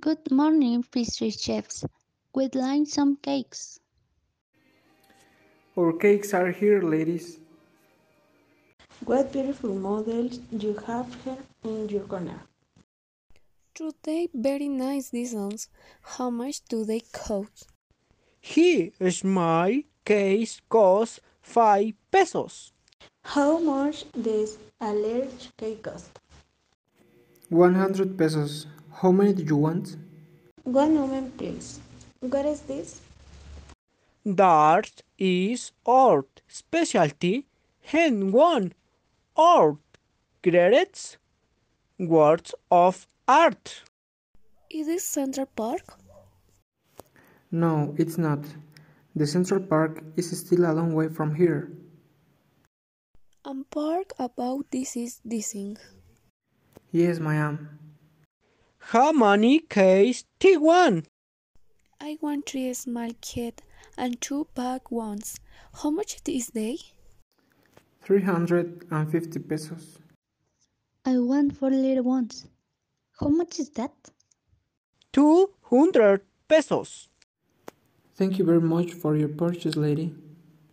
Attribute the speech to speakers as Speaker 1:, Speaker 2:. Speaker 1: Good morning, pastry chefs. We'd like some cakes.
Speaker 2: Our cakes are here, ladies.
Speaker 3: What beautiful models you have here in your corner.
Speaker 4: True, they very nice designs. How much do they cost?
Speaker 5: He is my case costs five pesos.
Speaker 3: How much does a large cake cost?
Speaker 2: 100 pesos. How many do you want?
Speaker 3: One moment, please. What is this?
Speaker 5: That is our specialty. Hen one. Art. Credits. Words of art.
Speaker 4: Is this Central Park?
Speaker 2: No, it's not. The Central Park is still a long way from here.
Speaker 4: And park about this is this thing.
Speaker 2: Yes, ma'am.
Speaker 5: How many case T1?
Speaker 4: I want three small kit and two big ones. How much is they?
Speaker 2: 350 pesos.
Speaker 1: I want four little ones. How much is that?
Speaker 5: 200 pesos.
Speaker 2: Thank you very much for your purchase, lady.